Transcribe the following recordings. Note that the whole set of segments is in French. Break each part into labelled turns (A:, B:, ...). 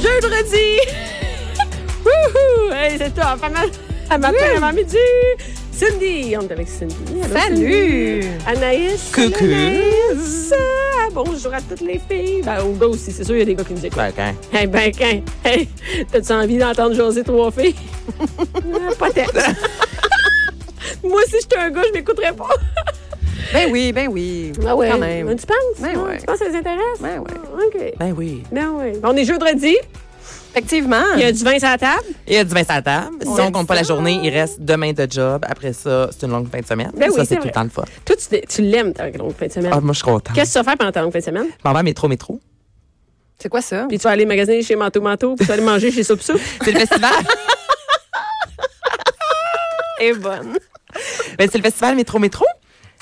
A: Jeudi! Wouhou! Hey, c'est toi, pas mal. À matin, avant midi. Cindy, on est avec Cindy. Allô,
B: Salut!
A: Cindy. Anaïs.
C: Coucou.
A: Salut, Anaïs. Ah, Bonjour à toutes les filles. Ben, aux gars aussi, c'est sûr, il y a des gars qui nous écoutent.
C: Ben, quand?
A: Hey, ben, quand? Hey, t'as-tu envie d'entendre jaser trois filles? Ah, pas tête. Moi, si j'étais un gars, je m'écouterais pas.
B: Ben oui, ben oui.
A: Ah
B: Quand même.
A: Tu penses? Ah,
B: Ben ouais.
A: Tu penses que ça les intéresse?
B: Ben ouais.
A: OK.
C: Ben oui.
A: Ben oui. On est jeudi.
B: Effectivement.
A: Il y a du vin sur la table.
C: Il y a du vin sur la table. Si
A: Ouais.
C: on compte pas la journée, il reste demain de job. Après ça, c'est une longue fin de semaine.
A: Ben oui,
C: ça,
A: c'est
C: c'est tout
A: vrai.
C: le temps le fun.
A: Toi, tu, tu l'aimes ta longue fin de semaine.
C: Ah, moi, je suis contente.
A: Qu'est-ce que tu vas faire pendant ta longue fin de semaine?
C: Maman, métro, métro.
B: C'est quoi ça?
A: Puis tu vas aller magasiner chez Manteau Manteau, puis tu vas aller manger chez Soup Soup.
C: C'est le festival.
B: Eh
A: Et bonne.
C: ben, c'est le festival Métro, métro.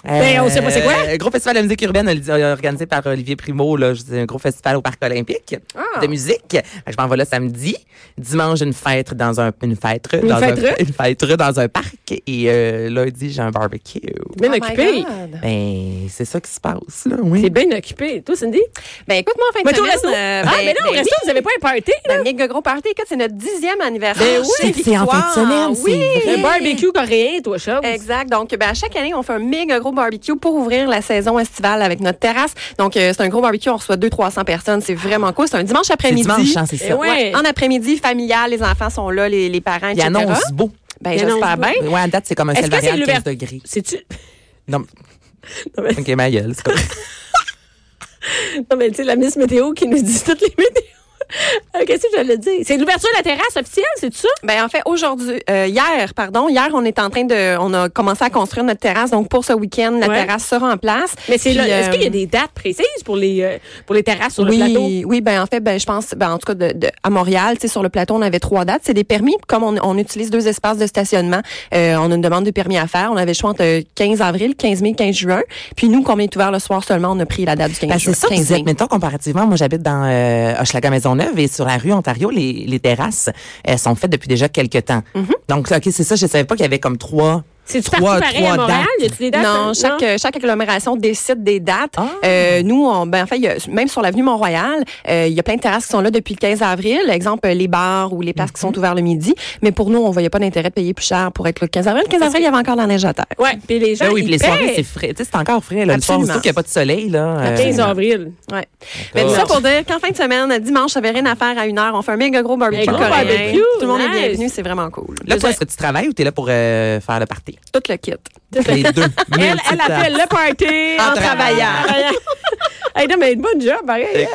A: Ben, on sait pas c'est quoi.
C: Euh, gros festival de musique urbaine Oli- organisé par Olivier Primo. Là, C'est un gros festival au Parc olympique
A: Ah.
C: de musique. Fait que Je m'en vais là samedi. Dimanche, une fête dans un... Une fête.
A: Une
C: dans un-
A: fêtereux?
C: une fêtereux dans un parc. Et euh, lundi, j'ai un barbecue.
A: Bien
B: Oh my
A: occupé.
B: God.
C: Ben, c'est ça qui se passe, là, oui.
A: T'es bien occupé. Toi, Cindy?
B: Ben écoute-moi en fin de
A: Mais toi, au
B: semaine.
A: resto?
B: euh,
A: ah,
B: ben-
A: mais non, au
B: ben
A: resto, vous avez pas un party,
B: oui,
A: là?
B: ben, méga gros party. Écoute, c'est notre dixième anniversaire.
C: Ben oui,
B: Chez
C: c'est en fin de
B: Victoire.
C: semaine, c'est
B: Oui.
C: vrai.
A: Un barbecue coréen, toi, chose.
B: Exact. Donc, ben, à chaque année, on fait un méga gros barbecue pour ouvrir la saison estivale avec notre terrasse. Donc, euh, c'est un gros barbecue. On reçoit 200-300 personnes. C'est vraiment cool. C'est un dimanche
C: C'est
B: après-midi.
C: dimanche, hein, c'est
A: Eh
C: ça.
A: ouais.
B: Ouais, En après-midi, familial, les enfants sont là, les, les parents,
C: Il
B: etc.
C: annonce beau.
B: Ben,
A: Il annonce
B: j'espère bien.
C: Ouais, à date, c'est comme un
A: Est-ce que c'est
C: salvarial de
A: l'ouvert-
C: 15 degrés.
A: C'est-tu.
C: Non,
A: Non, mais,
C: OK, ma gueule, c'est
A: Ben,
C: correct.
A: non, mais tu sais, la Miss Météo qui nous dit toutes les météos. Euh, Qu'est-ce que je le dire? C'est l'ouverture de la terrasse officielle, c'est ça?
B: Ben en fait aujourd'hui euh, hier pardon hier on est en train de on a commencé à construire notre terrasse donc pour ce week-end la
A: Ouais.
B: terrasse sera en place
A: Mais c'est
B: Puis,
A: là. Est-ce
B: euh,
A: qu'il y a des dates précises pour les, euh, pour les terrasses sur
B: oui,
A: le plateau?
B: Oui, ben en fait, ben je pense, ben en tout cas de, de- à Montréal, tu sais, sur le plateau, on avait trois dates. C'est des permis. Comme on, on utilise deux espaces de stationnement, euh, on a une demande de permis à faire. On avait le choix entre euh, 15 avril, 15 mai, 15 juin. Puis nous, comme on est ouvert le soir seulement, on a pris la date du 15
C: Ben,
B: juin.
C: c'est ça que
B: 15
C: vous êtes.
B: mai.
C: Mettons, comparativement, moi, j'habite dans euh, Hochelaga Maisonneuve et sur la rue Ontario, les, les terrasses euh, sont faites depuis déjà quelques temps. Donc, OK, c'est ça. Je savais pas qu'il y avait comme trois.
A: Mhm. C'est-tu parti
C: trois,
A: pareil à
C: trois
A: Montréal? Y
C: dates.
A: a-tu des dates? hein?
B: Non, chaque, euh, chaque agglomération décide des dates.
C: Ah.
B: Euh, nous, on, ben, en fait, il y a- même sur l'avenue Mont-Royal, euh, il y a plein de terrasses qui sont là depuis le 15 avril. Exemple, euh, les bars ou les places qui sont ouvertes le midi. Mais pour nous, on voyait pas d'intérêt de payer plus cher pour être le 15 avril. Le 15 avril, il y avait encore la neige à terre.
A: Ouais, puis les gens.
C: Ben oui,
A: ils
C: puis les
A: paient
C: soirées, c'est frais. Tu sais, c'est encore frais. Là, le soir,
B: Absolument.
C: surtout qu'il n'y a pas de soleil. Là,
A: le
C: euh,
A: 15 avril.
B: Ouais. Mais tout ça pour dire qu'en fin de semaine, dimanche, j'avais rien à faire à une heure. On fait un méga gros barbecue.
A: Un gros
B: coréen.
A: barbecue,
B: Tout le monde
A: nice.
B: est bienvenu, c'est vraiment cool.
C: Là, toi, est-ce que tu travailles ou tu es là pour euh, faire le party?
B: Tout le kit.
C: Les deux.
A: Elle, elle appelle le party
B: En travaillant.
A: hey, non, mais une bonne job, pareil.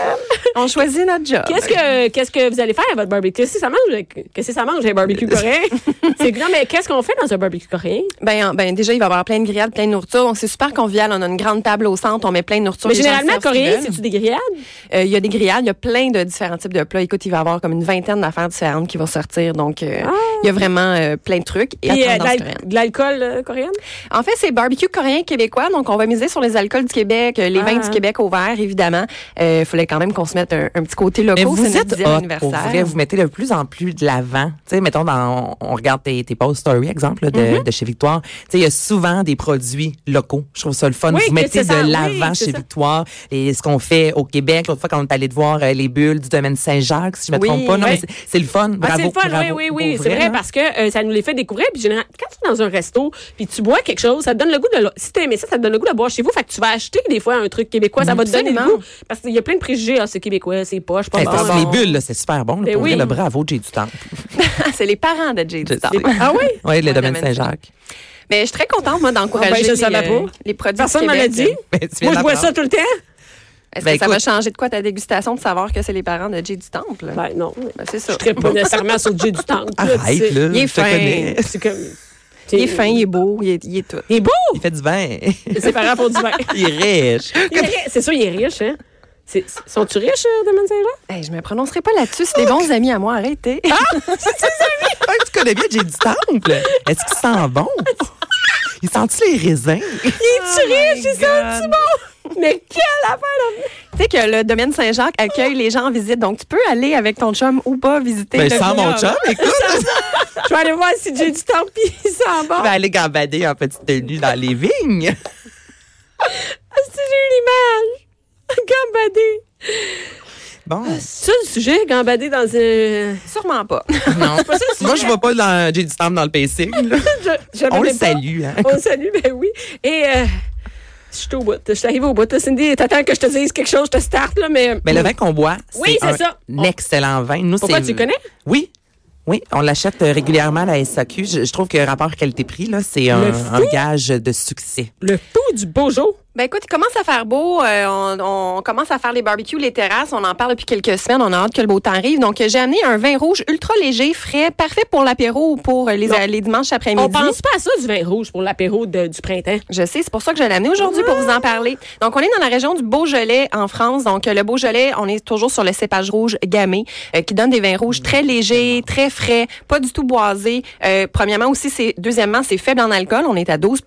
B: On choisit notre job.
A: Qu'est-ce que, qu'est-ce que vous allez faire à votre barbecue? Qu'est-ce que ça mange? Qu'est-ce que ça mange, un
C: Euh.
A: barbecue coréen? C'est que non, mais qu'est-ce qu'on fait dans un barbecue coréen?
B: Ben, ben, déjà, il va y avoir plein de grillades, plein de nourriture. Donc, c'est super convivial. On a une grande table au centre. On met plein de nourriture.
A: Mais
B: Les gens
A: généralement,
B: servent ce qu'ils
A: coréen,
B: veulent.
A: c'est-tu des grillades?
B: Euh, Il y a des grillades, il y a plein de différents types de plats. Écoute, il va y avoir comme une vingtaine d'affaires différentes qui vont sortir. Donc, euh,
A: Ah.
B: il y a vraiment euh, plein de trucs.
A: Puis,
B: Et, la
A: euh, de
B: tendance
A: l'al-
B: coréenne.
A: de l'alcool euh, coréen?
B: En fait, c'est barbecue coréen québécois. Donc, on va miser sur les alcools du Québec, euh, les vins
A: Ah.
B: du Québec au vert, évidemment. Euh, Il fallait quand même qu'on se mette un, un petit côté
C: Mais
B: local.
C: vous
B: c'est notre
C: êtes
B: dixième
C: hot,
B: anniversaire.
C: pour vrai, vous mettez de plus en plus de l'avant. Tu sais, mettons, dans, on on regarde tes, tes post stories, exemple, là, de,
A: Mhm.
C: de chez Victoire. Tu sais, il y a souvent des produits locaux. Je trouve ça le fun.
A: Oui, que
C: vous mettez
A: c'est ça,
C: de
A: oui,
C: l'avant
A: c'est
C: chez
A: ça.
C: Victoire. Et ce qu'on fait au Québec, l'autre fois, quand on est allé te voir euh, les bulles du domaine Saint-Jacques, si je me
B: Oui,
C: trompe pas, non,
A: oui.
C: mais c'est- c'est le fun.
A: Ah,
C: Bravo.
A: c'est le fun,
C: bravo,
A: oui, oui,
C: pour
A: oui. C'est vrai,
C: hein.
A: parce que euh, ça nous les fait découvrir. Puis généralement, quand tu es dans un resto, puis tu bois quelque chose, ça te donne le goût de. le- Si tu aimé ça, ça te donne le goût de boire chez vous. Fait que tu vas acheter des fois un truc québécois. Ça va te donner le
B: Absolument.
A: goût. Parce qu'il y a plein de préjugés. Ah, c'est québécois, c'est poche, pas
C: Hey,
A: bon.
C: parce que
B: bon.
C: Les bulles, là, Ben, c'est super bon. là,
A: Ben
C: pour
A: oui.
C: vrai, là, bravo, j'ai du temps.
B: Ah, c'est les parents de Jay
C: Je
B: Dutton.
C: sais.
A: Ah oui?
C: Oui, le
B: Ouais,
C: domaine
B: domaine
C: Saint-Jacques.
B: Mais je suis très contente, moi, d'encourager
A: Ah ben, je le
B: les,
A: savais
B: euh,
A: pas.
B: les produits
A: Personne
B: du
A: m'en a
B: Québec.
A: dit.
C: Ben, tu viens
A: Moi, je vois
C: d'apprendre.
A: ça tout le temps.
B: Est-ce
C: Ben,
B: que ça va
C: écoute.
B: changer de quoi ta dégustation de savoir que c'est les parents de Jay du Temple?
A: Ben, non.
B: Ben, c'est
A: Je
B: ça.
A: ne pas nécessairement sur le Jay du temps.
C: Arrête, là.
B: il est
C: je te
B: fin.
C: connais.
A: C'est comme.
B: Il est fin, il est beau, il est, il est tout.
A: Il est beau!
C: Il fait du vin.
A: Ses parents font du vin.
C: il est riche.
A: Il est ri- C'est sûr, il est riche, hein? C'est- Sont-tu riches, euh, Domaine Saint-Jean?
B: Hey, je me prononcerai pas là-dessus. C'est des bons amis à moi. Arrêtez.
C: Ah, tu connais bien Jay du Temple. Est-ce qu'il sent bon? Il sent-tu les raisins?
B: Oh
A: Es-tu riche? Ils sont-tu bons? Mais quelle affaire! là?
B: tu sais que le domaine Saint-Jacques accueille les gens en visite. Donc, tu peux aller avec ton chum ou pas visiter.
C: Ben,
B: le
C: sans mon
B: vignoble.
C: chum, écoute.
A: Je vais aller voir si j'ai du temps pis il sent bon.
B: Ben,
C: On va aller gambader en petite tenue dans les vignes.
A: Ah, Si j'ai eu l'image. Gambader.
C: Bon.
A: C'est ça le sujet, gambader dans un.
B: Sûrement pas.
C: Non. Moi, je vois pas dans Jay du Temple dans le pacing. là.
A: Je- je
C: On le
A: l'avais pas.
C: salue, hein.
A: On le salue, ben oui. Et euh, je suis au bout. Je suis arrivée au bout. Cindy, t'attends que je te dise quelque chose, je te starte, là, mais.
C: Mais Ben, le vin qu'on boit, c'est
A: Oui, c'est
C: un
A: ça. On-
C: excellent vin. Nous,
A: Pourquoi
C: c'est-
A: tu le connais?
C: Oui. Oui, on l'achète euh, régulièrement à la SAQ. Je, je trouve que rapport qualité-prix, là, c'est un,
A: fou.
C: un gage de succès.
A: Le pouls du Beaujolais.
B: Ben écoute, il commence à faire beau. euh, on, on commence à faire les barbecues, les terrasses. On en parle depuis quelques semaines. On a hâte que le beau temps arrive. Donc, j'ai amené un vin rouge ultra léger, frais, parfait pour l'apéro ou pour euh, les, euh, les dimanches
A: On
B: après-midi.
A: pense pas à ça du vin rouge pour l'apéro de- du printemps.
B: Je sais, c'est pour ça que je l'ai amené aujourd'hui pour vous en parler. Donc, on est dans la région du Beaujolais en France. Donc, euh, le Beaujolais, on est toujours sur le cépage rouge gamay euh, qui donne des vins rouges très
C: Mmh,
B: légers, très frais, pas du tout boisés. Euh, premièrement aussi, c'est deuxièmement, c'est faible en alcool. On est à 12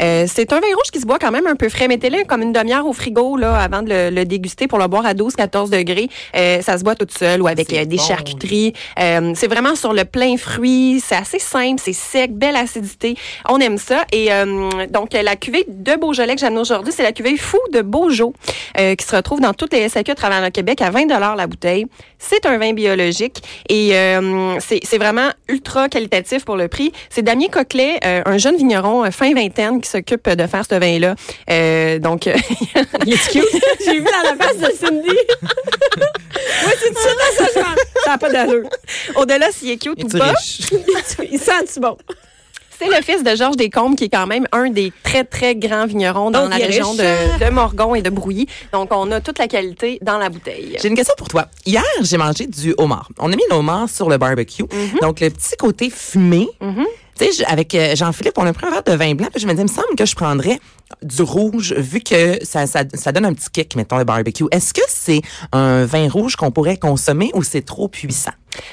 B: Euh, C'est un vin rouge qui se boit quand même un peu frais. Mettez-le comme une demi-heure au frigo là avant de le, le déguster pour le boire à 12-14 degrés. Euh, ça se boit toute seule ou avec
C: C'est
B: euh, des
C: bon,
B: charcuteries fruiterie. Euh, c'est vraiment sur le plein fruit. C'est assez simple, c'est sec, belle acidité. On aime ça. Et euh, donc, euh, la cuvée de Beaujolais que j'amène aujourd'hui, c'est la cuvée Fou de Beaujolais euh, qui se retrouve dans toutes les SAQ à travers le Québec à 20 la bouteille. C'est un vin biologique et euh, c'est c'est vraiment ultra qualitatif pour le prix. C'est Damien Coquelet, euh, un jeune vigneron euh, fin vingtaine qui s'occupe de faire ce vin-là. Euh, donc,
A: Il est cute. J'ai vu dans la face de Cindy. Moi, c'est tout ça, ça, je Ça n'a pas d'allure.
B: au-delà s'il est cute ou
C: Es-tu
B: pas,
C: riche?
A: Il sent-tu bon?
B: C'est le fils de Georges Descombes qui est quand même un des très, très grands vignerons dans
A: Donc,
B: la
A: Oh, il est
B: région
A: riche. hein?
B: de, de Morgon et de Brouilly. Donc, on a toute la qualité dans la bouteille.
C: J'ai une question pour toi. Hier, j'ai mangé du homard. On a mis le homard sur le barbecue. Donc, le petit côté fumé. Tu sais, je- avec euh, Jean-Philippe, on a pris un verre de vin blanc. Puis je me disais, il me semble que je prendrais du rouge, vu que ça, ça, ça donne un petit kick, mettons, le barbecue. Est-ce que c'est un vin rouge qu'on pourrait consommer ou c'est trop puissant?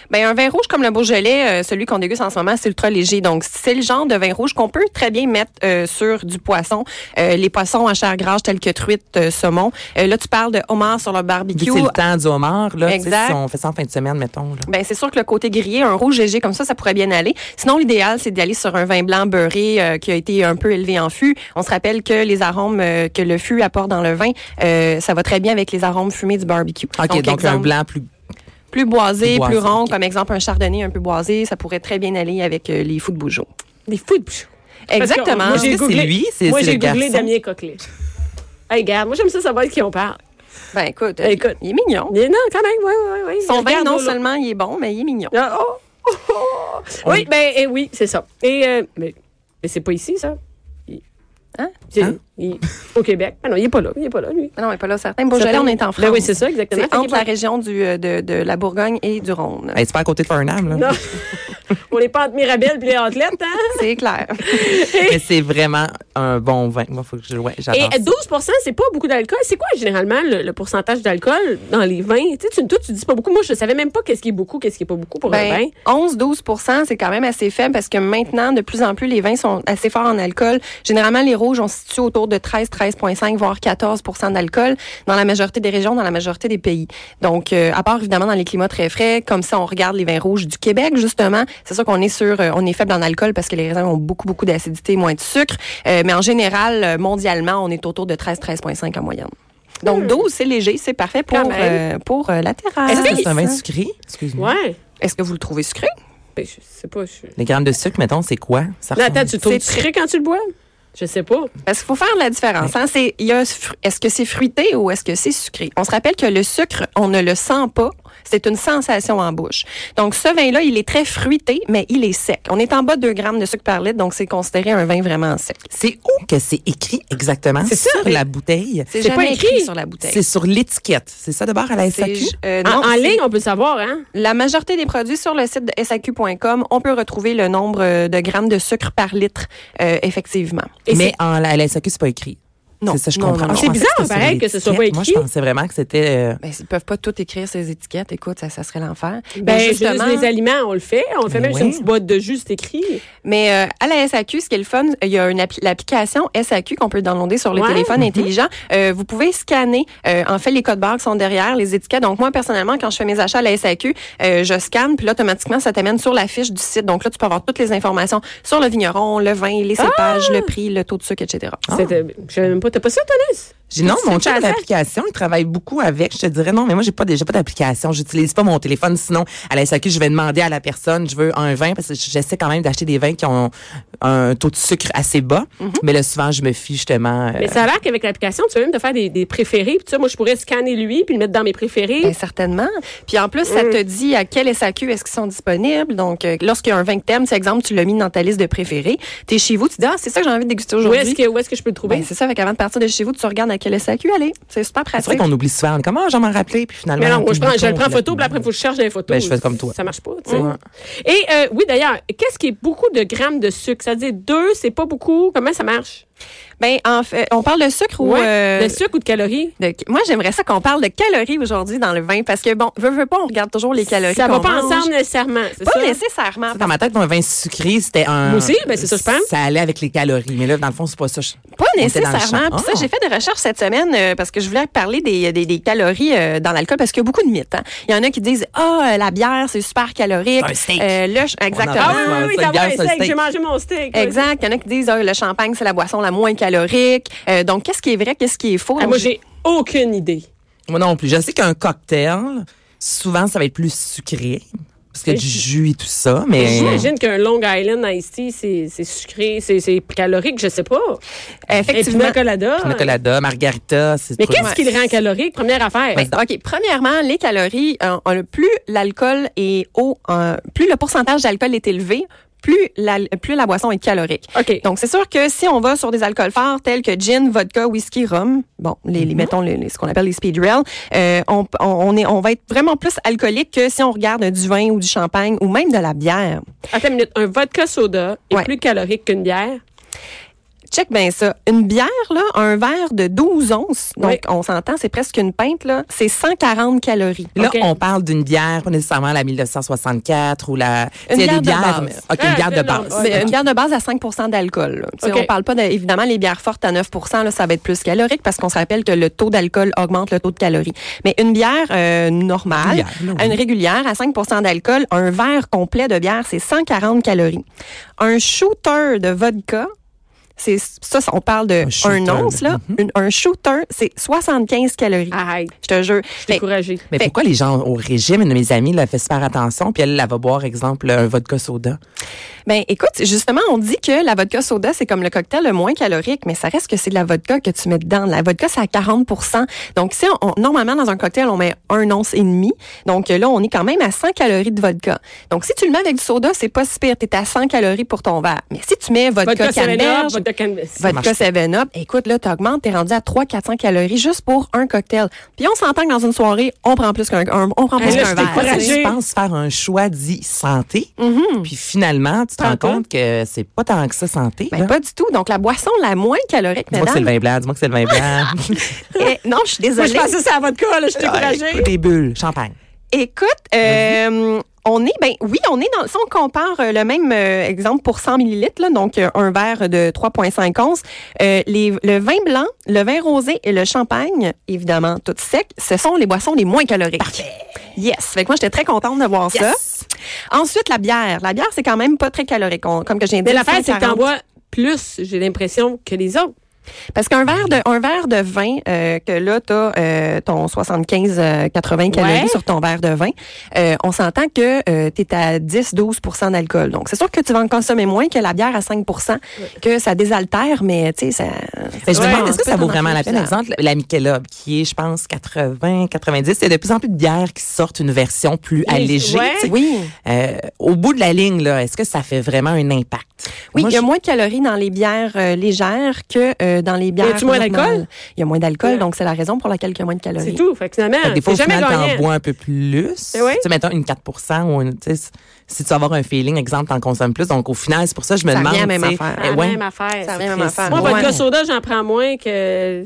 B: Ben, un vin rouge comme le Beaujolais, euh, celui qu'on déguste en ce moment, c'est ultra léger. Donc, c'est le genre de vin rouge qu'on peut très bien mettre euh, sur du poisson. Euh, les poissons à chair grasse tels que truite, euh, saumon. Euh, là, tu parles de homard sur le
C: Vu
B: barbecue.
C: que c'est le temps du homard, là, tu sais,
B: Exact.
C: si on fait ça en fin de semaine, mettons. Là.
B: Ben c'est sûr que le côté grillé, un rouge léger comme ça, ça pourrait bien aller. Sinon, l'idéal, c'est d'aller sur un vin blanc beurré euh, qui a été un peu élevé en fût. On se rappelle que les arômes euh, que le fût apporte dans le vin, euh, ça va très bien avec les arômes fumés du barbecue.
C: OK, donc,
B: exemple,
C: un blanc plus... ben,
B: plus boisé,
C: plus
B: plus,
C: boisé,
B: rond,
C: ok.
B: comme exemple un chardonnay un peu boisé, ça pourrait très bien aller avec euh, les fous de Bougeot.
A: Des fous de bouchon.
B: Exactement.
A: Moi,
C: Est-ce
A: j'ai
C: que c'est
A: googlé-
C: lui? C'est-
A: Moi,
C: c'est le
A: j'ai googlé
C: garçon?
A: Damien Coquelet. Hey, regarde, moi, j'aime ça savoir de qui on parle.
B: Ben écoute,
A: Ben, écoute.
B: il est mignon.
A: Mais non, quand même, oui, oui, oui.
B: Son vin,
A: Regarde,
B: non
A: oh, là.
B: seulement il est bon, mais il est mignon.
A: Ah, oh, oh, oh. Oui, ben eh oui, c'est ça. Et, euh, mais mais c'est pas ici, ça. Il-
B: Hein?
A: C'est-
C: Hein?
A: il- au Québec. Ah non, il est pas là. Il est pas là, lui.
B: Ah Non, il n'est pas là certain. Beaujolais, on est en France.
A: Ben oui, c'est ça, exactement.
B: C'est
A: Fait qu'il
B: entre la
A: est pas-
B: région du, euh, de, de la Bourgogne et du Rhône.
C: Hey, c'est pas à côté de Farnham, là.
A: Non. On n'est pas entre Mirabel et les athlètes, hein?
B: C'est clair.
C: Mais c'est vraiment un bon vin. Moi, faut que je... Ouais,
A: Et
C: j'adore
A: à 12 c'est pas beaucoup d'alcool. C'est quoi généralement le, le pourcentage d'alcool dans les vins? Tu sais, tu, toi, tu dis pas beaucoup. Moi, je savais même pas qu'est-ce qui est beaucoup, qu'est-ce qui est pas beaucoup pour un vin.
B: Ben, 11-12 c'est quand même assez faible parce que maintenant, de plus en plus, les vins sont assez forts en alcool. Généralement, les rouges, on se situe autour de 13, 13,5, voire 14 d'alcool dans la majorité des régions, dans la majorité des pays. Donc, euh, à part évidemment dans les climats très frais, comme ça, on regarde les vins rouges du Québec, justement, c'est sûr qu'on est sur, euh, on est faible en alcool parce que les raisins ont beaucoup, beaucoup d'acidité, moins de sucre. Euh, mais en général, euh, mondialement, on est autour de 13, 13,5 en moyenne. Donc, 12, c'est léger, c'est parfait pour,
A: Quand même.
B: euh, pour euh, la terrasse.
C: Ça, c'est un vin sucré? Excuse-moi.
A: Ouais.
B: Est-ce que vous le trouvez sucré?
A: Ben, je sais pas. Je...
C: Les grammes de sucre, mettons, c'est quoi? Ça
A: Non,
C: ressemble-
A: attends, tu trouves
B: C'est
A: sucré quand tu le bois? Je sais pas.
B: Parce qu'il faut faire la différence. Hein? C'est, il y a, fru- est-ce que c'est fruité ou est-ce que c'est sucré? On se rappelle que le sucre, on ne le sent pas. C'est une sensation en bouche. Donc, ce vin-là, il est très fruité, mais il est sec. On est en bas de 2 grammes de sucre par litre, donc c'est considéré un vin vraiment sec.
C: C'est où que c'est écrit exactement?
A: C'est ça,
C: sur
A: mais-
C: la bouteille.
B: C'est,
A: C'est
B: jamais
A: pas
B: écrit.
A: écrit.
B: sur la bouteille.
C: C'est sur l'étiquette. C'est ça d'abord à la
B: C'est-
C: SAQ?
B: euh,
A: En,
B: non,
A: en
B: c'est-
A: ligne, on peut le savoir, hein?
B: La majorité des produits sur le site de SAQ.com, on peut retrouver le nombre euh, de grammes de sucre par litre, euh, effectivement.
A: Et
C: Mais en, à la SAQ, c'est pas écrit. C'est ça, je
B: non,
C: comprends.
B: non.
C: Je
A: C'est
C: pensais
A: bizarre,
C: que c'était sur
A: pareil,
C: les
A: que ce soit pas
C: étiquettes. Moi, je
A: écrit.
C: pensais vraiment que c'était. euh,
B: Ben, ils peuvent pas tout écrire ces étiquettes. Écoute, ça, ça serait l'enfer.
A: Ben, juste les aliments, on le fait. On le fait même
B: Ben
C: Oui.
A: sur une petite boîte de jus, c'est écrit.
B: Mais euh, à la SAQ, ce qui est le fun, il y a une appli- l'application SAQ qu'on peut downloader sur les
A: Ouais.
B: téléphones intelligents. Euh, vous pouvez scanner, euh, en fait, les codes barres qui sont derrière, les étiquettes. Donc, moi, personnellement, quand je fais mes achats à la SAQ, euh, je scanne, puis là, automatiquement, ça t'amène sur la fiche du site. Donc là, tu peux avoir toutes les informations sur le vigneron, le vin,
A: Ah!
B: les cépages, le prix, le taux de sucre, etc.
A: C'était- euh, Je savais même pas. T'as pas ça, Tonus?
C: J'ai non, mon
A: C'est
C: chat
A: pas ça.
C: d'application, il travaille beaucoup avec. Je te dirais non, mais moi j'ai pas déjà pas d'application. J'utilise pas mon téléphone. Sinon, à la SAQ, je vais demander à la personne, je veux un vin parce que j'essaie quand même d'acheter des vins qui ont un taux de sucre assez bas. Mais là souvent, je me fie justement. euh,
A: Mm-hmm. Mais ça a l'air qu'avec l'application, tu peux même te faire des, des préférés. Puis ça, moi, je pourrais scanner lui puis le mettre dans mes préférés.
B: Ben, certainement. Puis en plus, ça
A: Mm.
B: te dit à quel SAQ est-ce qu'ils sont disponibles. Donc, euh, lorsqu'il y a un vin que t'aimes, c'est exemple, tu l'as mis dans ta liste de préférés. T'es chez vous, tu dis, ah, c'est ça que j'ai envie de déguster
A: où
B: aujourd'hui.
A: est-ce que, où est-ce que je peux le trouver?
B: Ben, c'est ça, fait qu'avant de partir de chez vous, tu regardes à quel SAQ aller. C'est super
C: C'est vrai
B: pratique.
C: qu'on oublie souvent. Comment j'en m'en rappeler puis finalement.
A: Mais non, moi, je,
C: on
A: prends, je le
C: oublie
A: prends en photo, puis après, il faut
C: complètement.
A: que je cherche des photos.
C: Ben, je fais comme toi.
A: Ça marche pas, tu sais.
C: Ouais.
A: Et euh, oui, d'ailleurs, qu'est-ce qui est beaucoup de grammes de sucre? Ça veut dire deux, c'est pas beaucoup. Comment ça marche?
B: Ben, en fait, on parle de sucre ou...
A: Ouais.
B: euh,
A: De sucre ou de calories?
B: de- moi, j'aimerais ça qu'on parle de calories aujourd'hui dans le vin parce que, bon, veut, veut pas, on regarde toujours les calories.
A: Ça va
B: qu'on
A: pas
B: mange.
A: ensemble nécessairement. c'est
B: Pas
A: ça?
B: nécessairement.
C: Ça, Dans ma tête, mon vin sucré, c'était un.
A: Moi aussi, ben, c'est ça, je pense.
C: Ça allait avec les calories. Mais là, dans le fond, c'est pas ça. Je-
B: Pas
C: On était dans le
B: nécessairement.
C: champ.
B: Puis ça,
C: Ah.
B: j'ai fait des recherches cette semaine euh, parce que je voulais parler des, des, des calories euh, dans l'alcool parce qu'il y a beaucoup de mythes. hein. Il y en a qui disent ah euh, la bière c'est super calorique. Euh,
C: C'est un steak.
B: le ch- exactement.
A: Ah
C: Ah,
A: oui, oui, oui,
C: ça,
A: t'as
C: le gars,
A: vu un
C: ça, le
A: steak, j'ai
C: steak.
A: mangé mon steak. oui.
B: Exact. Il y en a qui disent ah, le champagne c'est la boisson la moins calorique. Euh, donc qu'est-ce qui est vrai, qu'est-ce qui est faux
A: Ah, moi,
B: Donc,
A: j'ai aucune idée.
C: Ah. Moi non plus. Je sais qu'un cocktail, souvent, ça va être plus sucré. Parce que
A: Mais
C: du jus et tout ça, mais.
A: J'imagine qu'un Long Island Iced Tea, c'est c'est sucré, c'est c'est calorique, je sais pas. Et
B: effectivement.
A: pina colada.
C: Pina colada, margarita, c'est
A: Mais
C: trop-
A: qu'est-ce qui le rend calorique? Première affaire.
B: Ben, OK. Premièrement, les calories, euh, on- le plus l'alcool est haut, euh, plus le pourcentage d'alcool est élevé, plus la, plus la boisson est calorique.
A: OK.
B: Donc, c'est sûr que si on va sur des alcools forts tels que gin, vodka, whisky, rhum, bon, les, les- mettons les- les- ce qu'on appelle les speed rail, euh, on, on, on est, on va être vraiment plus alcoolique que si on regarde du vin ou du champagne ou même de la bière.
A: Attends une minute. Un vodka soda est
B: Ouais.
A: plus calorique qu'une bière.
B: Check bien ça. Une bière, là, un verre de 12 onces, donc
A: Oui.
B: on s'entend, c'est presque une pinte, là, c'est 140 calories.
C: Là,
A: OK.
C: on parle d'une bière, pas nécessairement la 1964 ou la.
B: Une
C: Tu sais, il y a
B: bière
C: des
B: de base.
C: bières, mais- OK,
A: Ah,
C: une bière de
A: c'est
C: base.
A: normal.
B: Mais
A: Ouais.
B: une bière de base à 5 d'alcool. là. Tu sais,
A: OK.
B: On parle pas de- évidemment les bières fortes à 9 là, ça va être plus calorique parce qu'on se rappelle que le taux d'alcool augmente le taux de calories. Mais une bière euh, normale,
C: Régulière, là, oui.
B: à une régulière à 5 d'alcool, un verre complet de bière, c'est 140 calories. Un shooter de vodka, c'est ça, ça, on parle de
C: Un shooter,
B: 1 once là, Une- un shooter, c'est 75 calories.
A: Arrête.
B: Je te jure.
A: Ah. Je suis découragée.
C: Mais
B: Fait-
C: pourquoi les gens au régime, une de mes amies, là, fait super attention, puis elle, la va boire, exemple, un vodka soda.
B: Ben, écoute, justement, on dit que la vodka soda, c'est comme le cocktail le moins calorique, mais ça reste que c'est de la vodka que tu mets dedans. La vodka, c'est à 40 Donc, si on, on- normalement, dans un cocktail, on met un once et demi. Donc, euh, là, on est quand même à 100 calories de vodka. Donc, si tu le mets avec du soda, c'est pas si pire. T'es à 100 calories pour ton verre. Mais si tu mets vodka,
A: Vodka 7
B: canneberge,
A: vodka canneberge.
C: marche
B: vodka
C: pas.
B: 7-Up, écoute, là, t'augmentes, t'es rendu à 300-400 calories juste pour un cocktail. Puis, on s'entend que dans une soirée, on prend plus qu'un un- on prend
A: Hey, Ah,
B: plus
A: là,
B: qu'un
A: je
B: verre. Ben,
C: Moi, ça,
A: Fragile.
C: je pense faire un choix dit santé,
B: Mm-hmm.
C: puis finalement, tu te rends
A: Tantôt.
C: compte que c'est pas tant que ça santé.
B: Ben,
C: là.
B: pas du tout. Donc, la boisson la moins calorique,
C: Dis-moi que c'est
B: mesdames,
C: le vin blanc, dis-moi que c'est le vin blanc.
B: Eh, non, je
A: Moi,
B: suis désolée.
A: je pensais que c'est à vodka, là. Je suis découragée.
C: Ouais, Des bulles, champagne.
B: Écoute, euh, on est, ben oui, on est dans. Si on compare euh, le même euh, exemple pour 100 millilitres, là, donc euh, un verre de 3,5 onces, euh, les, le vin blanc, le vin rosé et le champagne, évidemment, tout sec, ce sont les boissons les moins caloriques. Parfait. Yes. Fait que moi, j'étais très contente de voir
C: Yes.
B: ça. Ensuite, la bière. La bière, c'est quand même pas très calorique. On- comme que j'ai dit,
A: Mais l'affaire, c'est que
B: 140.
A: t'en bois plus, j'ai l'impression, que les autres.
B: Parce qu'un verre de un verre de vin euh, que là t'as euh, ton 75 euh, 80 calories
A: Ouais.
B: sur ton verre de vin, euh, on s'entend que euh, t'es à 10 12 d'alcool. Donc c'est sûr que tu vas en consommer moins que la bière à 5 que ça désaltère mais tu sais ça
C: Mais je me
A: Ouais,
C: demande,
A: on
C: est-ce que
B: peut
C: ça
B: t'en
C: vaut vraiment la peine?
B: enfiler
C: Exemple, la Michelob, qui est, je pense, 80, 90. Il y a de plus en plus de bières qui sortent une version plus
A: Oui,
C: allégée.
A: ouais.
C: tu sais.
B: Oui.
C: Euh, au bout de la ligne, là, est-ce que ça fait vraiment un impact?
B: Oui,
C: Moi,
B: il y a
C: je-
B: moins de calories dans les bières euh, légères que euh, que dans les bières.
A: Y a-tu moins
B: normales.
A: d'alcool?
B: Il y a moins d'alcool,
A: Ouais.
B: donc c'est la raison pour laquelle il y a moins de calories.
A: C'est tout. Fait que finalement,
C: Fait que des fois,
A: c'est
C: au
A: jamais
C: final, t'en
A: gagnant.
C: bois un peu plus.
A: Eh oui.
C: Tu sais, mettons une 4 ou une, tu sais, si tu veux avoir un feeling, exemple, t'en consommes plus. Donc, au final, c'est pour ça que je me
B: Ça
C: demande.
B: revient à la même
C: tu sais,
B: affaire.
C: eh
A: La
C: ouais,
A: même affaire.
B: Ça revient à
C: Chris,
B: ma femme.
A: Moi,
C: Ouais.
A: vodka soda, j'en prends moins que.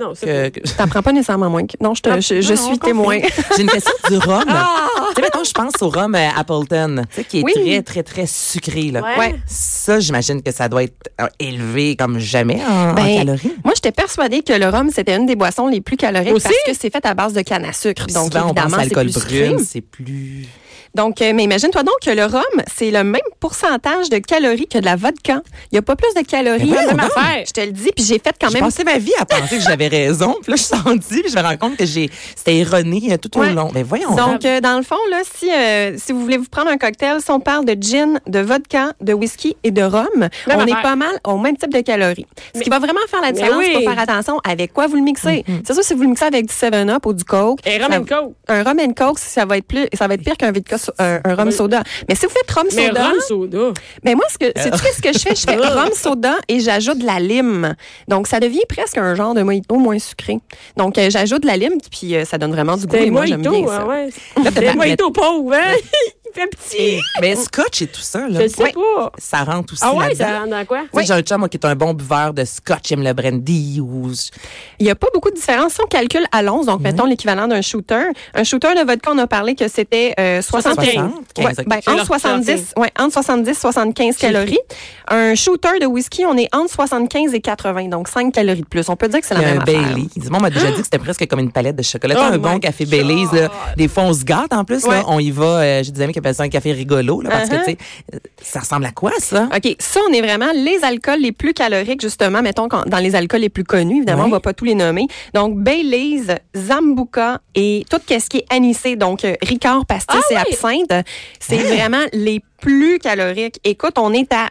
A: Non, c'est pas.
C: que- que-
B: T'en prends pas nécessairement moins. que- Non, je, te,
C: Ah,
B: je,
C: non,
B: je
C: non,
B: suis
C: on
B: témoin.
C: J'ai une question du rhum. Tu sais, mettons, je pense au rhum euh, Appleton, tu sais, qui
B: Ah!
C: est
B: Oui.
C: très, très, très sucré, là.
A: Ouais.
C: Ça, j'imagine que ça doit être euh, élevé comme jamais en, en
B: Ben,
C: calories.
B: Moi, j'étais persuadée que le rhum, c'était une des boissons les plus caloriques
A: Aussi?
B: parce que c'est fait à base de canne à sucre.
C: Puis
B: Donc,
C: souvent, on pense
B: évidemment,
C: à
B: c'est
C: l'alcool
B: plus sucré.
C: brune, c'est plus.
B: Donc, euh, mais imagine-toi donc que le rhum, c'est le même pourcentage de calories que de la vodka. Il n'y a pas plus de calories.
C: Mais voyons
A: donc.
B: Je te le dis, puis j'ai fait quand
C: Je
B: même
C: passais ma vie à penser que j'avais raison. Puis là, je suis sentie, puis je me rends compte que j'ai, c'était erroné euh, tout au
B: Ouais.
C: long. Mais voyons.
B: Donc, euh, dans le fond, là, si, euh, si vous voulez vous prendre un cocktail, si on parle de gin, de vodka, de whisky et de rhum, on
A: affaire.
B: est pas mal au même type de calories. Ce qui va vraiment faire la
A: mais
B: différence,
A: oui.
B: c'est pour faire attention avec quoi vous le mixez.
C: Mm,
B: C'est sûr, si vous le mixez avec du 7-Up ou du Coke,
A: Et Eh, rum
B: ça-
A: and coke.
B: un rum and Coke, ça va être, plus, ça va être pire qu'un vodka so- un, un rum
A: Oui.
B: soda. Mais si vous faites rum
A: Mais
B: soda,
A: rum Ah. soda.
B: mais moi, ce que, sais-tu qu'est-ce que je fais? Je fais rhum soda et j'ajoute de la lime. Donc, ça devient presque un genre de mojito moins sucré. Donc, euh, j'ajoute de la lime, puis euh, ça donne vraiment du goût.
A: Des
B: Et moi, j'aime bien
A: mojitos,
B: ça.
A: hein, ouais.
B: Là, t'as
A: Des
B: de la-
A: mojitos pauvres, hein? Il fait petit.
C: Mais scotch et tout ça, là.
A: Je sais
C: Ouais.
A: pas.
C: Ça rentre aussi
A: Ah ouais,
C: là-dedans.
A: ça rentre dans quoi?
C: Tu sais, J'ai un chum moi, qui est un bon buveur de scotch, il aime le brandy ou
B: Il n'y a pas beaucoup de différence. Si on calcule à l'once,
C: Mhm.
B: donc mettons l'équivalent d'un shooter, un shooter de vodka, on a parlé que c'était euh, 60
A: 75.
C: 60,
B: Ouais,
C: 15, ok.
A: J'ai
B: ben, entre
A: leur
B: 70, ouais, entre 70 75 calories. Un shooter de whisky, on est entre 75 et 80, donc 5 calories de plus. On peut dire que c'est la
C: Il y a
B: même
C: un
B: affaire.
C: Bailey. Moi, on m'a déjà dit que c'était presque comme une palette de chocolat.
A: Oh
C: un
A: my
C: bon café Bailey's, là, des fois, on se gâte en plus.
B: Ouais.
C: Là, on y va, euh, j'ai des amis qui appellent ça un café rigolo, là, parce que,
A: Uh-huh.
C: tu sais, euh, ça ressemble à quoi, ça?
B: OK, ça, on est vraiment les alcools les plus caloriques, justement, mettons, quand- dans les alcools les plus connus, évidemment,
C: Ouais.
B: on va pas tous les nommer. Donc, Baileys, Zambuca et tout ce qui est anisé, donc euh, Ricard, pastis et absinthe, c'est vraiment les plus caloriques. Écoute, on est à,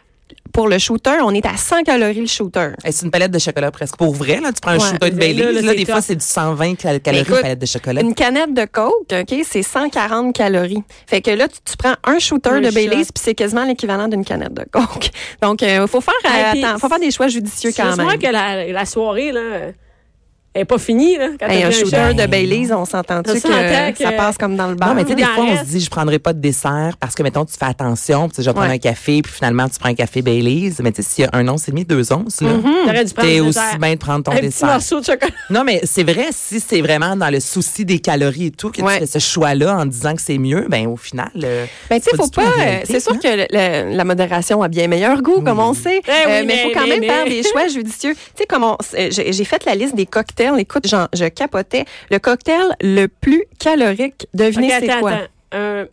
B: pour le shooter, on est à 100 calories le shooter.
C: Eh, C'est une palette de chocolat presque. Pour vrai, là, tu prends un
B: Ouais.
C: shooter de
A: Mais là,
C: Bailey's,
A: là,
C: là,
A: c'est
C: des
A: top.
C: fois, c'est du 120 cal- calories,
B: écoute,
C: une palette de chocolat.
B: Une canette de coke, OK, c'est 140 calories. Fait que là, tu, tu prends un shooter
A: Un
B: de
A: shot.
B: Baileys, puis c'est quasiment l'équivalent d'une canette de coke. Donc, il faut faire, euh,
A: Ah, puis-
B: atten- faut faire des choix judicieux quand même.
A: Excuse-moi que la, la soirée, là, elle est pas finie, là. Quand
B: Hey,
A: t'as
B: un
A: bien
B: shooter
A: shooter.
B: de Baileys, on s'entend-tu
A: On
B: que,
A: s'entend que-
B: ça passe comme dans le bar?
C: Non, mais tu sais, des
A: Il en
C: fois, on se
A: reste.
C: dit, je prendrai pas de dessert parce que, mettons, tu fais attention, puis tu sais, je vais prendre
B: Ouais.
C: un café, puis finalement, tu prends un café Bailey's. Mais tu sais, s'il y a un once et demi, deux onces, là,
A: T'aurais dû prendre
C: t'es
A: le
C: aussi
A: dessert.
C: bien de prendre ton
A: Un petit
C: dessert.
A: morceau de chocolat.
C: Non, mais c'est vrai, si c'est vraiment dans le souci des calories et tout, que
B: Ouais.
C: tu fais ce choix-là en disant que c'est mieux, ben au final. euh,
B: Ben, tu sais,
C: c'est
B: faut
C: du tout la
B: pas. euh,
C: réalité,
B: C'est sûr
C: hein.
B: que le- le- la modération a bien meilleur goût, comme on sait. Euh,
A: Eh oui,
B: mais il faut
A: mais-
B: quand
A: mais-
B: même faire
A: mais-
B: des choix judicieux. Tu sais, comme on, c'est- j'ai j'ai fait la liste des cocktails. Écoute, j'en- je capotais. Le cocktail le plus calorique, devinez
A: Ok,
B: c'est
A: attends,
B: quoi?
A: attends. Un-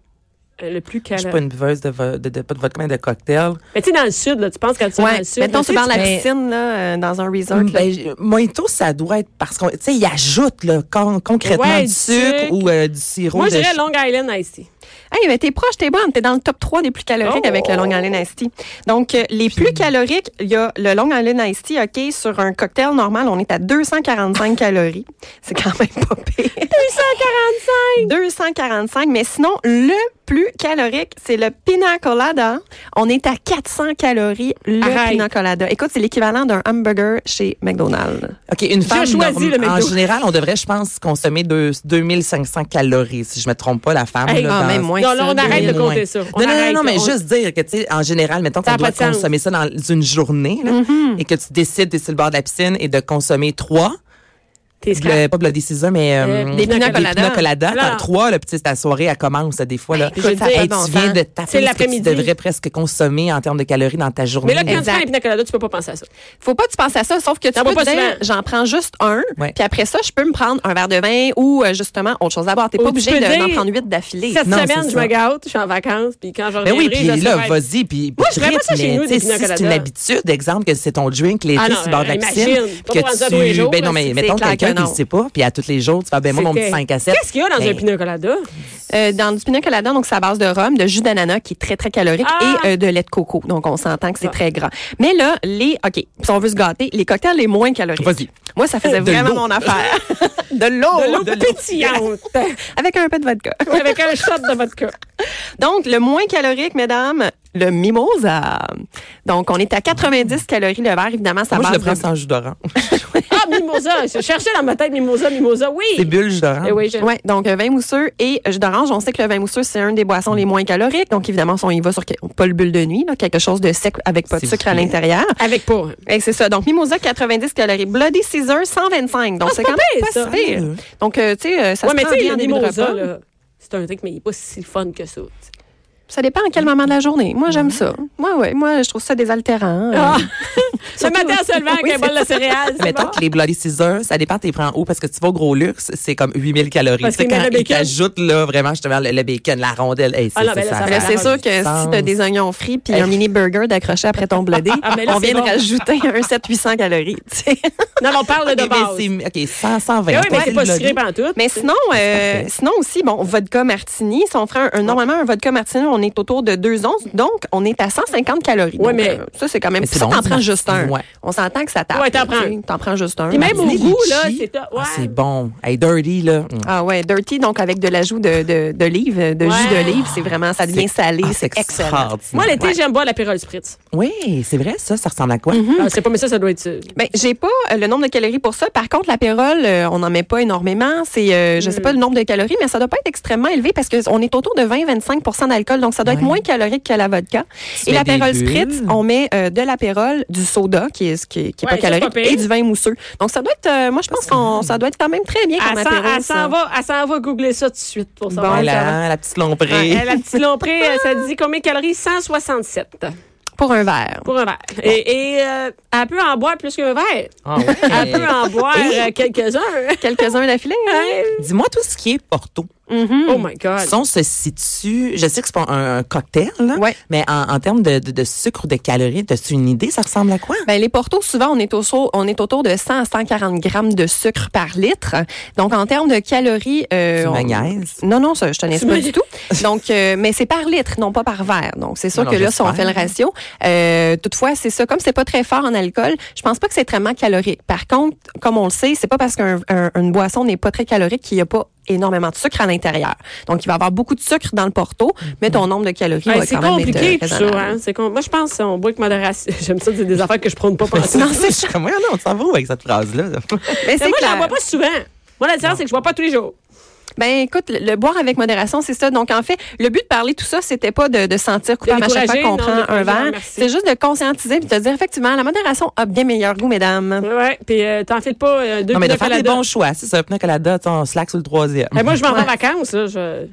A: un- le plus
C: Je suis pas
A: calme.
C: une buveuse de, vo- de, de- pas de vodka, mais de cocktail.
A: Mais tu sais, dans le sud, là, tu penses quand tu vas dans
B: Ouais.
A: le sud.
B: Mettons,
A: là,
B: tu barres la
C: mais-
B: piscine, là, euh, dans un resort. là.
C: Ben, j- mojito, ça doit être parce qu'on, tu sais, il ajoute là, con- concrètement
A: Ouais,
C: du
A: du
C: sucre
A: sucre.
C: ou euh, du sirop.
A: Moi,
C: de
A: j'irais
C: ch-
A: Long Island ici.
B: Hey, mais t'es proche, t'es bonne. T'es dans le top 3 des plus caloriques
A: Oh.
B: avec le Long Island Iced Tea. Donc, euh, les plus caloriques, il y a le Long Island Iced Tea, OK, sur un cocktail normal, on est à 245 calories. C'est quand même pas pire. 245! 245, mais sinon, le plus calorique, c'est le pina colada. On est à 400 calories, le
A: Arrête.
B: pina colada. Écoute, c'est l'équivalent d'un hamburger chez McDonald's.
C: OK, une femme,
A: choisi
C: norme-
A: le
C: en
A: McDo.
C: général, on devrait, je pense, consommer deux- 2500 calories, si je me trompe pas, la femme.
A: Hey,
C: là,
B: Ah,
C: dans-
B: même moins
A: Non,
B: que
A: là,
B: ça,
A: on
B: deux
A: arrête de
B: mille.
C: Bien
A: compter
C: loin.
A: ça. On
C: Non, non, non,
A: arrête,
C: non, mais
A: on-
C: juste dire que, tu sais, en général, mettons
A: Ça
C: qu'on
A: a pas
C: doit
A: de sens. Mm-hmm.
C: consommer ça dans une journée là, et que tu décides d'être sur le bord de la piscine et de consommer trois.
A: T'es
C: Le, pas Bloody Caesar, mais euh,
A: Euh, des pina
C: des
B: colada.
C: pina colada.
A: Alors.
C: T'en- trois, là, puis tu sais, ta soirée, elle commence des fois. Là.
B: Ben, écoute,
C: Hey,
B: ça a
C: tu
B: pas de bon
C: viens
B: sens.
C: de
A: C'est
C: taper ce que tu
A: l'après-midi.
C: devrais presque consommer en termes de calories dans ta journée.
A: Mais là, quand tu
B: Exact.
A: prends un pina colada, tu peux pas penser à ça.
B: faut pas que tu penses à ça, sauf que tu
A: T'en
B: peux
A: bois
B: te
A: pas
B: dire, j'en prends juste un,
C: Ouais.
B: puis après ça, je peux me prendre un verre de vin ou euh, justement autre chose d'abord. T'es
A: Ou
B: pas
A: tu peux
B: obligé de-
A: dire,
B: d'en prendre huit d'affilée.
A: Cette
C: non,
A: semaine,
C: c'est
A: je me
C: ça.
A: gâte, je suis en vacances, puis quand je
C: Ben
A: reviendrai,
C: oui, puis
A: je
C: là,
A: serai-
C: vas-y, puis puis
A: Moi, je ferais pas
C: tripe,
A: ça chez
C: mais,
A: nous,
C: tu
A: des
C: sais,
A: pina
C: si c'est
A: coladas.
C: une habitude, exemple, que c'est ton drink, les
A: Ah
C: filles
A: non,
C: sur le bord de la
A: imagine,
C: piscine,
A: pas
C: que
A: prendre ça tous les
C: tu...
A: jours,
C: ben non,
A: là,
C: mais
A: c'est
C: mettons
B: clair que
C: quelqu'un puis
B: non.
C: il sait pas. Puis à tous les jours, tu vas ben moi, mon petit
A: C'était-
C: 5 à 7.
A: Qu'est-ce qu'il y a dans
C: Ben,
A: un pina colada?
B: Euh, dans du pina colada, donc c'est à base de rhum, de jus d'ananas qui est très très calorique
A: Ah!
B: et euh, de lait de coco. Donc on s'entend que c'est
A: Ah.
B: très gras. Mais là, les OK, si on veut se gâter, les cocktails les moins caloriques.
C: Vas-y.
B: Moi, ça faisait
C: De
B: vraiment
C: l'eau.
B: mon affaire. de l'eau.
A: De l'eau pétillante.
B: Avec un peu de vodka.
A: Avec un shot de vodka.
B: Donc le moins calorique, mesdames, le mimosa. Donc on est à 90 calories le verre. Évidemment, ça
C: Moi, je
B: base
C: le prends
B: de-
C: sans jus d'orange.
A: Ah, mimosa. Je cherchais dans ma tête mimosa, mimosa.
C: C'est
A: Oui.
C: bulles, jus d'orange.
A: Eh oui, je-
B: Ouais, donc euh, vin mousseux et jus d'orange. On sait que le vin mousseux, c'est une des boissons les moins caloriques. Donc, évidemment, si on y va sur que- pas le bulle de nuit, là, quelque chose de sec avec pas de
C: C'est
B: sucre à
C: vrai.
B: l'intérieur.
A: Avec pas.
B: Et c'est ça. Donc, Mimosa, 90 calories. Bloody Caesar, 125. Donc, c'est quand même
A: Ah, pire,
B: pas
A: ça.
B: si pire. Donc, euh, tu sais, euh, ça
A: Ouais,
B: se
A: mais
B: prend
A: tu sais,
B: bien en
A: le
B: début de
A: mimosa,
B: repas.
A: là, c'est un truc, mais il est pas si fun que ça. tu sais.
B: Ça dépend à quel moment de la journée. Moi, j'aime ça. Moi, ouais. Moi, je trouve ça désaltérant. Euh,
A: Mm-hmm. Ah! Ce
B: Surtout-
A: matin, seulement, avec
B: Oui,
A: un bol de céréales.
C: Mais
A: c'est
C: tant
A: bon.
C: que les Bloody Caesar, ça dépend, t'es prends où parce que tu vas au gros luxe, c'est comme 8000 calories.
A: Parce
C: Tu sais,
A: qu'il met
C: quand
A: le
C: ils
A: bacon.
C: t'ajoutent, là, vraiment, justement, le, le bacon, la rondelle, hey, c'est
A: Ah non, ben là, ça
C: ça.
A: va.
B: Là, c'est
A: Ah,
B: sûr
A: oui.
B: que si tu as des oignons frits puis un
C: Eh.
B: mini burger d'accrocher après ton blodé,
A: Ah, mais là,
B: on
A: c'est
B: vient
A: bon.
B: de rajouter un 700-800 calories. tu sais.
A: Non, mais on parle de
C: OK,
A: base.
C: mais c'est- OK, 100, 120.
A: Eh Oui, mais
C: Ouais,
A: c'est pas
C: le
A: sucré
C: Bloody.
A: pantoute.
B: Mais sinon, euh, sinon aussi, bon, vodka martini, si on ferait
C: Ah.
B: un, un- normalement un vodka martini, on est autour de 2 onces, donc on est à 150 calories.
A: Ouais,
B: Donc,
A: mais-
B: euh, ça, c'est quand même.
C: Mais c'est
B: Si t'en
C: bon,
B: prends
C: ça.
B: juste un,
C: Ouais.
B: on s'entend que ça tape.
A: Ouais, t'en
B: tu sais,
A: prends.
B: T'en prends juste un.
A: Puis même au
C: Les
A: goût, là,
C: litchis,
A: c'est top.
C: ah,
A: Ouais.
C: c'est bon. Hey, dirty, là. Mm.
B: Ah ouais, dirty, donc avec de l'ajout de, de, d'olive, de jus
A: Ouais.
B: d'olive, c'est vraiment, ça devient
C: C'est-
B: salé,
C: ah,
B: c'est
C: c'est
B: excellent.
C: extraordinaire.
A: Moi, l'été,
B: Ouais.
A: j'aime boire l'apérol spritz.
C: Oui, c'est vrai, ça. Ça ressemble à quoi?
A: Ah, c'est pas, mais ça, ça doit être. euh,
B: Ben, j'ai pas euh, le nombre de calories pour ça. Par contre, l'apérole, euh, on n'en met pas énormément. C'est, euh, je sais pas le nombre de calories, mais ça doit pas être extrêmement élevé parce que on est autour de 20-25 d'alcool, donc ça doit être moins calorique que la vodka.
C: Tu
B: Et
C: mets des
B: l'apérole
C: bulles.
B: spritz, on met euh, de l'apérole, du soda qui est, qui, est- qui
A: Ouais,
B: est pas
A: ça, c'est
B: calorique
A: pas pire.
B: et du vin mousseux. Donc ça doit être, euh, moi je pense qu'on, ça doit être quand même très bien comme
A: Elle s'en-
B: apéro.
A: elle
B: ça.
A: s'en va, elle s'en va googler ça tout de suite pour savoir.
B: Bon,
C: Elle
A: ça va.
C: a- la petite lomprée.
A: Ouais, la petite lomprée, euh, ça dit combien de calories? 167
B: Pour un verre.
A: pour un verre. Et, et euh, elle peut en boire plus qu'un verre.
C: Ah ouais.
A: Elle peut en boire euh, quelques-uns.
B: Quelques-uns d'affilée. hein?
C: Dis-moi tout ce qui est Porto.
B: Mhm.
A: Oh my God.
C: Son se situe, je sais que c'est pas un, un cocktail, là,
B: Ouais.
C: mais en, en termes de, de, de sucre ou de calories, as-tu une idée? Ça ressemble à quoi?
B: Ben, les portos, souvent, on est, au, on est autour de 100 à 140 grammes de sucre par litre. Donc, en termes de calories... Euh,
C: Tu
B: on-
C: me niaises.
B: Non, non, ça, je te niaise
A: Tu
B: pas
A: me-
B: du tout. Donc, euh, mais c'est par litre, non pas par verre. Donc, c'est sûr
C: Non,
B: que
C: non,
B: là, si on fait
C: j'espère.
B: le ratio, euh, toutefois, c'est ça. Comme c'est pas très fort en alcool, je pense pas que c'est extrêmement calorique. Par contre, comme on le sait, c'est pas parce qu'une boisson n'est pas très calorique qu'il y a pas énormément de sucre à l'intérieur. Donc, il va y avoir beaucoup de sucre dans le porto,
C: Mm.
B: mais ton nombre de calories
A: Hey,
B: va
A: c'est
B: quand même être
A: compliqué, tout
B: euh,
A: ça.
B: raisonnable.
A: Hein? C'est com- Moi, je pense qu'on boit avec modération. J'aime ça, c'est des affaires que je prône pas. pantoute.
C: Non, c'est je suis comme, ouais, non, on s'en va où avec cette phrase-là?
B: Mais
A: Mais
B: c'est
A: moi, j'en
B: clair.
A: bois pas souvent. Moi, la différence, c'est que je bois pas tous les jours.
B: Ben écoute, le, le boire avec modération, c'est ça. Donc en fait, le but de parler tout ça, c'était pas de, de sentir coupable à chaque fois
A: décourager,
B: qu'on
A: non,
B: prend
A: de-
B: un
A: non,
B: verre.
A: merci.
B: C'est juste de conscientiser puis de dire effectivement, la modération a bien meilleur goût, mesdames.
A: Ouais, puis euh, t'en files pas euh, deux
C: Non, mais de
A: pina
C: faire des
A: colada.
C: bons choix. C'est ça, pina colada, tu sais, on slack sur le troisième.
A: Eh, moi, je m'en vais en
B: Ouais.
A: vacances, là. Je...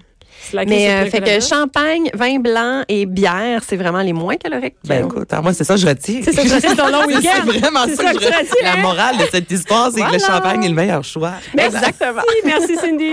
A: slacker
B: Mais
A: sur le
B: euh,
A: pina
B: fait que
A: colada.
B: champagne, vin blanc et bière, c'est vraiment les moins caloriques.
C: Ben écoute, hein, moi, c'est ça que je retire.
A: C'est ça que tu retiens de ton long
C: C'est
A: week-end.
C: vraiment
A: C'est
C: ça,
A: ça
C: que
A: que tu
C: je
A: retiens,
C: La
A: hein?
C: morale de cette histoire, c'est que
B: Voilà.
C: le champagne est le meilleur choix.
A: Merci, merci Cindy.